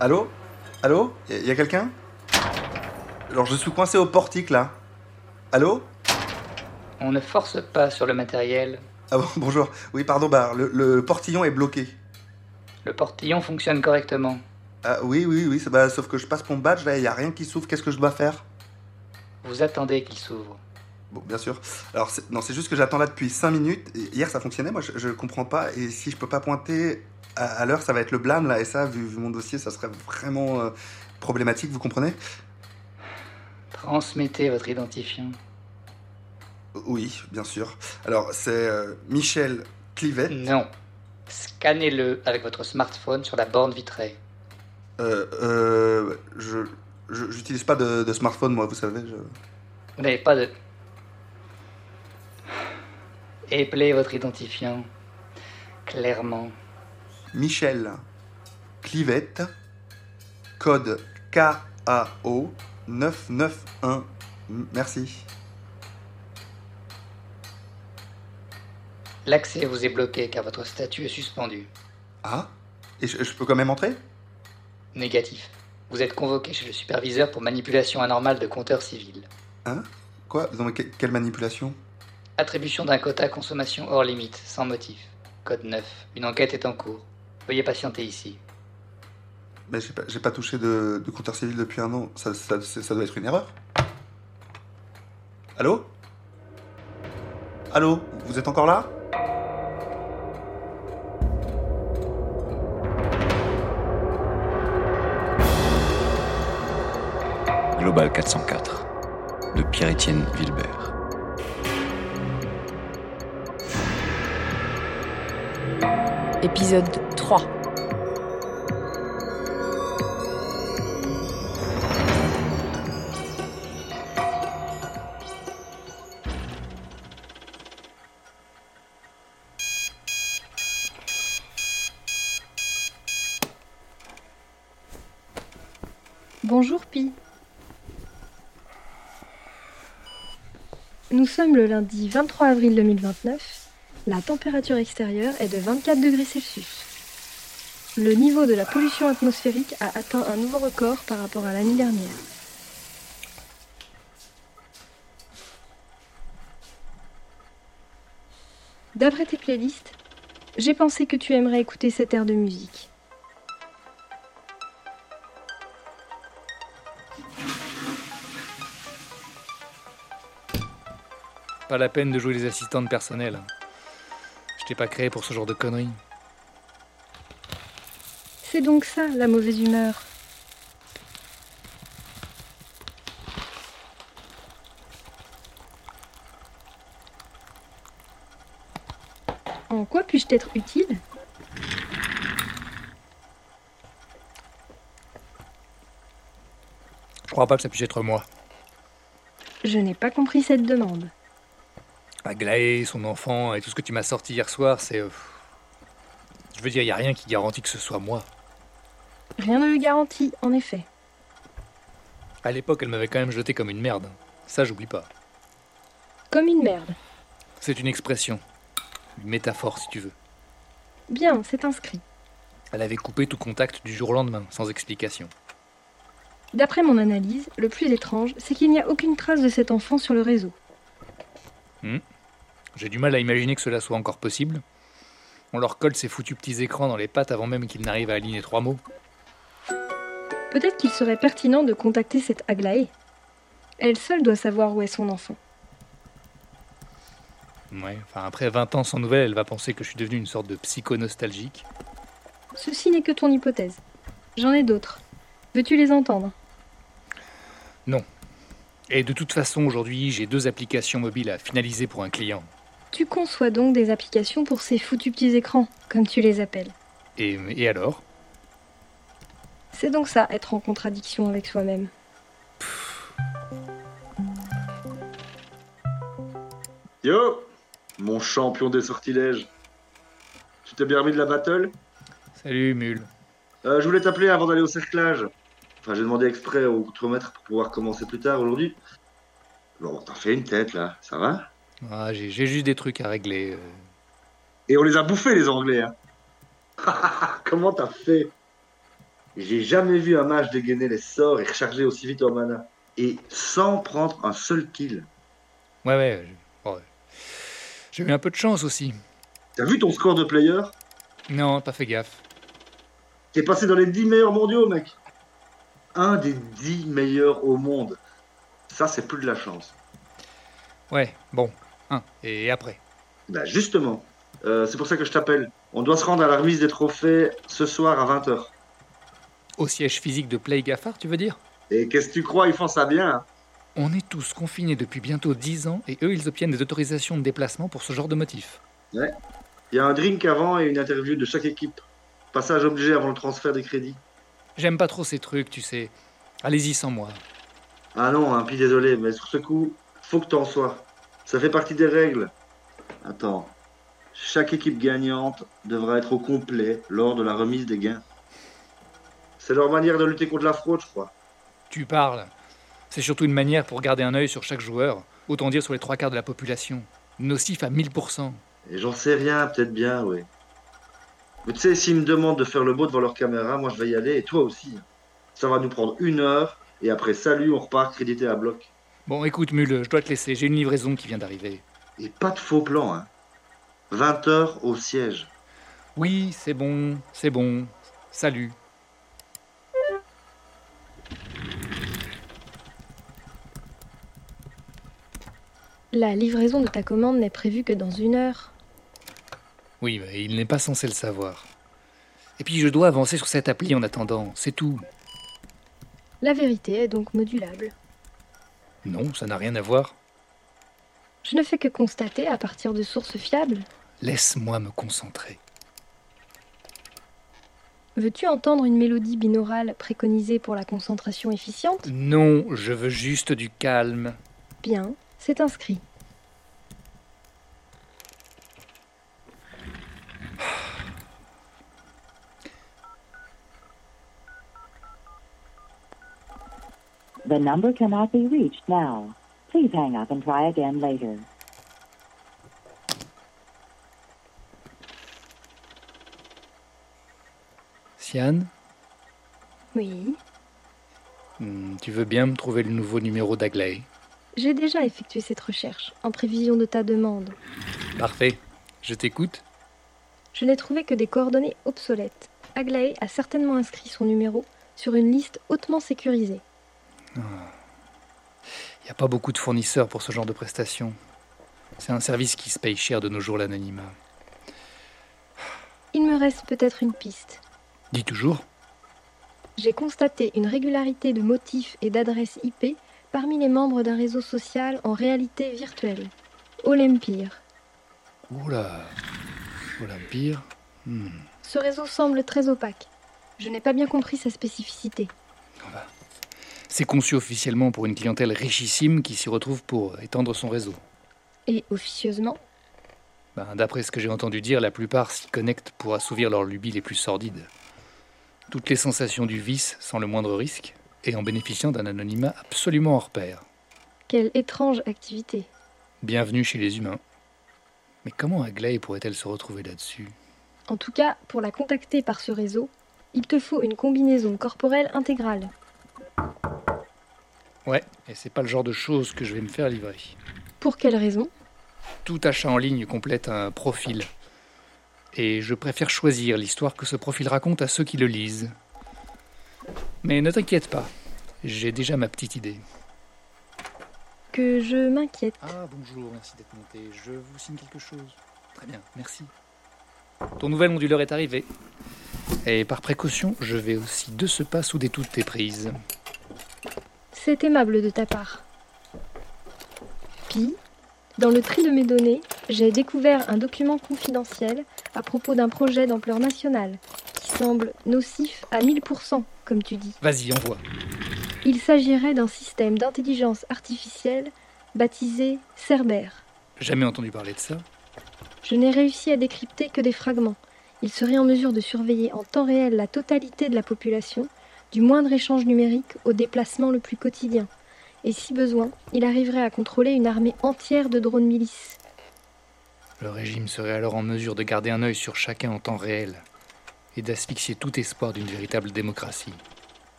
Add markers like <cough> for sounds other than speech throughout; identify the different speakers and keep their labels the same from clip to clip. Speaker 1: Allô Allô Y y a quelqu'un Alors je suis coincé au portique là. Allô
Speaker 2: On ne force pas sur le matériel.
Speaker 1: Ah bon, <laughs> bonjour. Oui, pardon, bah, le, le portillon est bloqué.
Speaker 2: Le portillon fonctionne correctement.
Speaker 1: Ah oui, oui, oui, c'est- bah, sauf que je passe mon badge là, y a rien qui s'ouvre, qu'est-ce que je dois faire
Speaker 2: Vous attendez qu'il s'ouvre.
Speaker 1: Bon, bien sûr. Alors, c'est- non, c'est juste que j'attends là depuis 5 minutes. Et Hier, ça fonctionnait, moi, je, je comprends pas. Et si je peux pas pointer à, à l'heure, ça va être le blâme, là. Et ça, vu, vu mon dossier, ça serait vraiment euh, problématique, vous comprenez
Speaker 2: Transmettez votre identifiant.
Speaker 1: Oui, bien sûr. Alors, c'est euh, Michel Clivet.
Speaker 2: Non. Scannez-le avec votre smartphone sur la borne vitrée.
Speaker 1: Euh, euh, je, je- j'utilise pas de, de smartphone, moi, vous savez. je-
Speaker 2: Vous n'avez pas de... Épelez votre identifiant. Clairement.
Speaker 1: Michel Clivet, code KAO 991. M- Merci.
Speaker 2: L'accès vous est bloqué car votre statut est suspendu.
Speaker 1: Ah Et je- je peux quand même entrer
Speaker 2: Négatif. Vous êtes convoqué chez le superviseur pour manipulation anormale de compteur civil.
Speaker 1: Quoi Non, mais que- quelle manipulation
Speaker 2: Attribution d'un quota consommation hors limite, sans motif. Code 9. Une enquête est en cours. Veuillez patienter ici.
Speaker 1: Mais j'ai pas, j'ai pas touché de, de compteur civil depuis un an. Ça, ça- c'est- ça doit être une erreur. Allô Allô Vous êtes encore là
Speaker 3: Global 404 de Pierre-Étienne Wilbert.
Speaker 4: épisode 3.
Speaker 5: Bonjour Pi. Nous sommes le lundi 23 avril 2029. La température extérieure est de 24 degrés Celsius. Le niveau de la pollution atmosphérique a atteint un nouveau record par rapport à l'année dernière. D'après tes playlists, j'ai pensé que tu aimerais écouter cet air de musique.
Speaker 6: Pas la peine de jouer les assistantes personnelles. Je t'ai pas créé pour ce genre de conneries.
Speaker 5: C'est donc ça, la mauvaise humeur. En quoi puis-je t'être utile
Speaker 6: Je crois pas que ça puisse être moi.
Speaker 5: Je n'ai pas compris cette demande.
Speaker 6: Aglaé, son enfant et tout ce que tu m'as sorti hier soir, c'est. euh, Je veux dire, y a rien qui garantit que ce soit moi.
Speaker 5: Rien ne le garantit, en effet.
Speaker 6: À l'époque, elle m'avait quand même jeté comme une merde. Ça, j'oublie pas.
Speaker 5: Comme une merde.
Speaker 6: C'est une expression. Une métaphore, si tu veux.
Speaker 5: Bien, c'est inscrit.
Speaker 6: Elle avait coupé tout contact du jour au lendemain, sans explication.
Speaker 5: D'après mon analyse, le plus étrange, c'est qu'il n'y a aucune trace de cet enfant sur le réseau.
Speaker 6: J'ai du mal à imaginer que cela soit encore possible. On leur colle ces foutus petits écrans dans les pattes avant même qu'ils n'arrivent à aligner trois mots.
Speaker 5: Peut-être qu'il serait pertinent de contacter cette Aglaé. Elle seule doit savoir où est son enfant.
Speaker 6: Ouais, enfin après 20 ans sans nouvelles, elle va penser que je suis devenu une sorte de psycho-nostalgique.
Speaker 5: Ceci n'est que ton hypothèse. J'en ai d'autres. Veux-tu les entendre
Speaker 6: Et de toute façon, aujourd'hui, j'ai deux applications mobiles à finaliser pour un client.
Speaker 5: Tu conçois donc des applications pour ces foutus petits écrans, comme tu les appelles.
Speaker 6: Et, et alors
Speaker 5: C'est donc ça, être en contradiction avec soi-même.
Speaker 7: Yo Mon champion des sortilèges Tu t'es bien remis de la battle
Speaker 6: Salut, Mule.
Speaker 7: Euh, Je voulais t'appeler avant d'aller au cerclage. Enfin, j'ai demandé exprès au contremaître pour pouvoir commencer plus tard aujourd'hui. Bon, t'en fais une tête là, ça va
Speaker 6: Ah, j'ai j'ai juste des trucs à régler. euh.
Speaker 7: Et on les a bouffés les Anglais, hein <laughs> Comment t'as fait J'ai jamais vu un mage dégainer les sorts et recharger aussi vite en mana. Et sans prendre un seul kill.
Speaker 6: Ouais, ouais. j'ai- bon, ouais. J'ai eu un peu de chance aussi.
Speaker 7: T'as vu ton score de player
Speaker 6: Non, pas fait gaffe.
Speaker 7: T'es passé dans les 10 meilleurs mondiaux, mec. Un des 10 meilleurs au monde. Ça, c'est plus de la chance.
Speaker 6: Ouais, bon. Hein, et après
Speaker 7: Bah justement, euh, c'est pour ça que je t'appelle. On doit se rendre à la remise des trophées ce soir à 20h.
Speaker 6: Au siège physique de Play Gaffard, tu veux dire
Speaker 7: Et qu'est-ce que tu crois, ils font ça bien hein
Speaker 6: On est tous confinés depuis bientôt 10 ans et eux, ils obtiennent des autorisations de déplacement pour ce genre de motif.
Speaker 7: Il y a un drink avant et une interview de chaque équipe. Passage obligé avant le transfert des crédits.
Speaker 6: J'aime pas trop ces trucs, tu sais. Allez-y sans moi.
Speaker 7: Ah non, un puis désolé, mais sur ce coup, faut que t'en sois. Ça fait partie des règles. Attends. Chaque équipe gagnante devra être au complet lors de la remise des gains. C'est leur manière de lutter contre la fraude, je crois.
Speaker 6: Tu parles. C'est surtout une manière pour garder un œil sur chaque joueur, autant dire sur les trois quarts de la population. Nocif à 1000%.
Speaker 7: Et j'en sais rien, peut-être bien, oui. Mais tu sais, s'ils me demandent de faire le beau devant leur caméra, moi je vais y aller, et toi aussi. hein. Ça va nous prendre une heure, et après salut, on repart crédité à bloc.
Speaker 6: Bon, écoute, Mule, je dois te laisser, j'ai une livraison qui vient d'arriver.
Speaker 7: Et pas de faux plan, hein. 20 heures au siège.
Speaker 6: Oui, c'est bon, c'est bon. Salut.
Speaker 5: La livraison de ta commande n'est prévue que dans une heure.
Speaker 6: Oui, bah, il n'est pas censé le savoir. Et puis je dois avancer sur cette appli en attendant, c'est tout.
Speaker 5: La vérité est donc modulable.
Speaker 6: Non, ça n'a rien à voir.
Speaker 5: Je ne fais que constater à partir de sources fiables.
Speaker 6: Laisse-moi me concentrer.
Speaker 5: Veux-tu entendre une mélodie binaurale préconisée pour la concentration efficiente
Speaker 6: Non, je veux juste du calme.
Speaker 5: Bien, c'est inscrit.
Speaker 8: The number cannot be reached now. Please hang up and try again later.
Speaker 6: Sian,
Speaker 5: Oui.
Speaker 6: hmm, tu veux bien me trouver le nouveau numéro d'Agley
Speaker 5: J'ai déjà effectué cette recherche en prévision de ta demande.
Speaker 6: Parfait, je t'écoute.
Speaker 5: Je n'ai trouvé que des coordonnées obsolètes. Aglaé a certainement inscrit son numéro sur une liste hautement sécurisée.
Speaker 6: Il n'y a pas beaucoup de fournisseurs pour ce genre de prestations. C'est un service qui se paye cher de nos jours l'anonymat.
Speaker 5: Il me reste peut-être une piste.
Speaker 6: Dis toujours
Speaker 5: J'ai constaté une régularité de motifs et d'adresses IP parmi les membres d'un réseau social en réalité virtuelle. Olympire.
Speaker 6: Oula oh Olympire hmm.
Speaker 5: Ce réseau semble très opaque. Je n'ai pas bien compris sa spécificité.
Speaker 6: C'est conçu officiellement pour une clientèle richissime qui s'y retrouve pour étendre son réseau.
Speaker 5: Et officieusement,
Speaker 6: Ben, D'après ce que j'ai entendu dire, la plupart s'y connectent pour assouvir leurs lubies les plus sordides. Toutes les sensations du vice sans le moindre risque et en bénéficiant d'un anonymat absolument hors pair.
Speaker 5: quelle étrange activité.
Speaker 6: Bienvenue chez les humains. Mais comment Aglaé pourrait-elle se retrouver là-dessus
Speaker 5: En tout cas, pour la contacter par ce réseau, il te faut une combinaison corporelle intégrale.
Speaker 6: Ouais, et c'est pas le genre de choses que je vais me faire livrer.
Speaker 5: Pour quelle raison
Speaker 6: Tout achat en ligne complète un profil. Et je préfère choisir l'histoire que ce profil raconte à ceux qui le lisent. Mais ne t'inquiète pas, j'ai déjà ma petite idée.
Speaker 5: Que je m'inquiète.
Speaker 6: Ah bonjour, merci d'être monté. Je vous signe quelque chose. Très bien, merci. Ton nouvel onduleur est arrivé. Et par précaution, je vais aussi de ce pas souder toutes tes prises.
Speaker 5: C'est aimable de ta part. Puis, dans le tri de mes données, j'ai découvert un document confidentiel à propos d'un projet d'ampleur nationale qui semble nocif à 1000%, comme tu dis.
Speaker 6: Vas-y, envoie.
Speaker 5: Il s'agirait d'un système d'intelligence artificielle baptisé Cerber.
Speaker 6: Jamais entendu parler de ça.
Speaker 5: Je n'ai réussi à décrypter que des fragments. Il serait en mesure de surveiller en temps réel la totalité de la population, du moindre échange numérique au déplacement le plus quotidien. Et si besoin, il arriverait à contrôler une armée entière de drones milices.
Speaker 6: Le régime serait alors en mesure de garder un œil sur chacun en temps réel, et d'asphyxier tout espoir d'une véritable démocratie.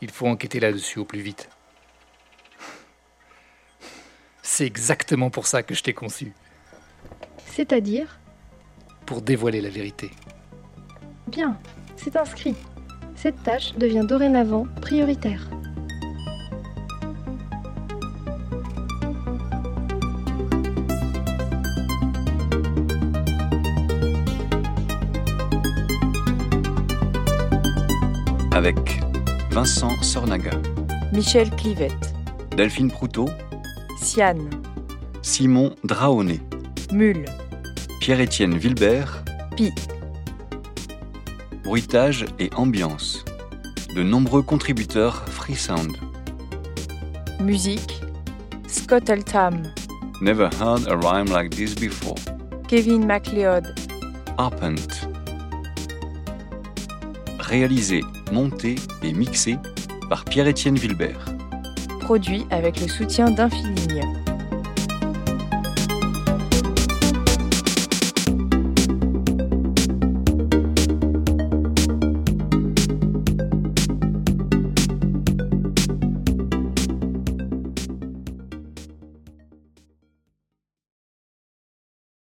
Speaker 6: Il faut enquêter là-dessus au plus vite. C'est exactement pour ça que je t'ai conçu,
Speaker 5: C'est-à-dire
Speaker 6: pour dévoiler la vérité.
Speaker 5: Bien, c'est inscrit. Cette tâche devient dorénavant prioritaire.
Speaker 3: Avec Vincent Sornaga,
Speaker 4: Michel Clivette,
Speaker 3: Delphine Proutot,
Speaker 4: Siane,
Speaker 3: Simon Draonet,
Speaker 4: Mule,
Speaker 3: Pierre-Étienne Vilbert,
Speaker 4: Pi.
Speaker 3: Bruitage et ambiance. De nombreux contributeurs Free Sound.
Speaker 4: Musique, Scott Altam,
Speaker 3: Never heard a rhyme like this before.
Speaker 4: Kevin MacLeod,
Speaker 3: Arpent. Réalisé, monté et mixé par Pierre-Étienne Vilbert.
Speaker 4: produit avec le soutien d'Infini.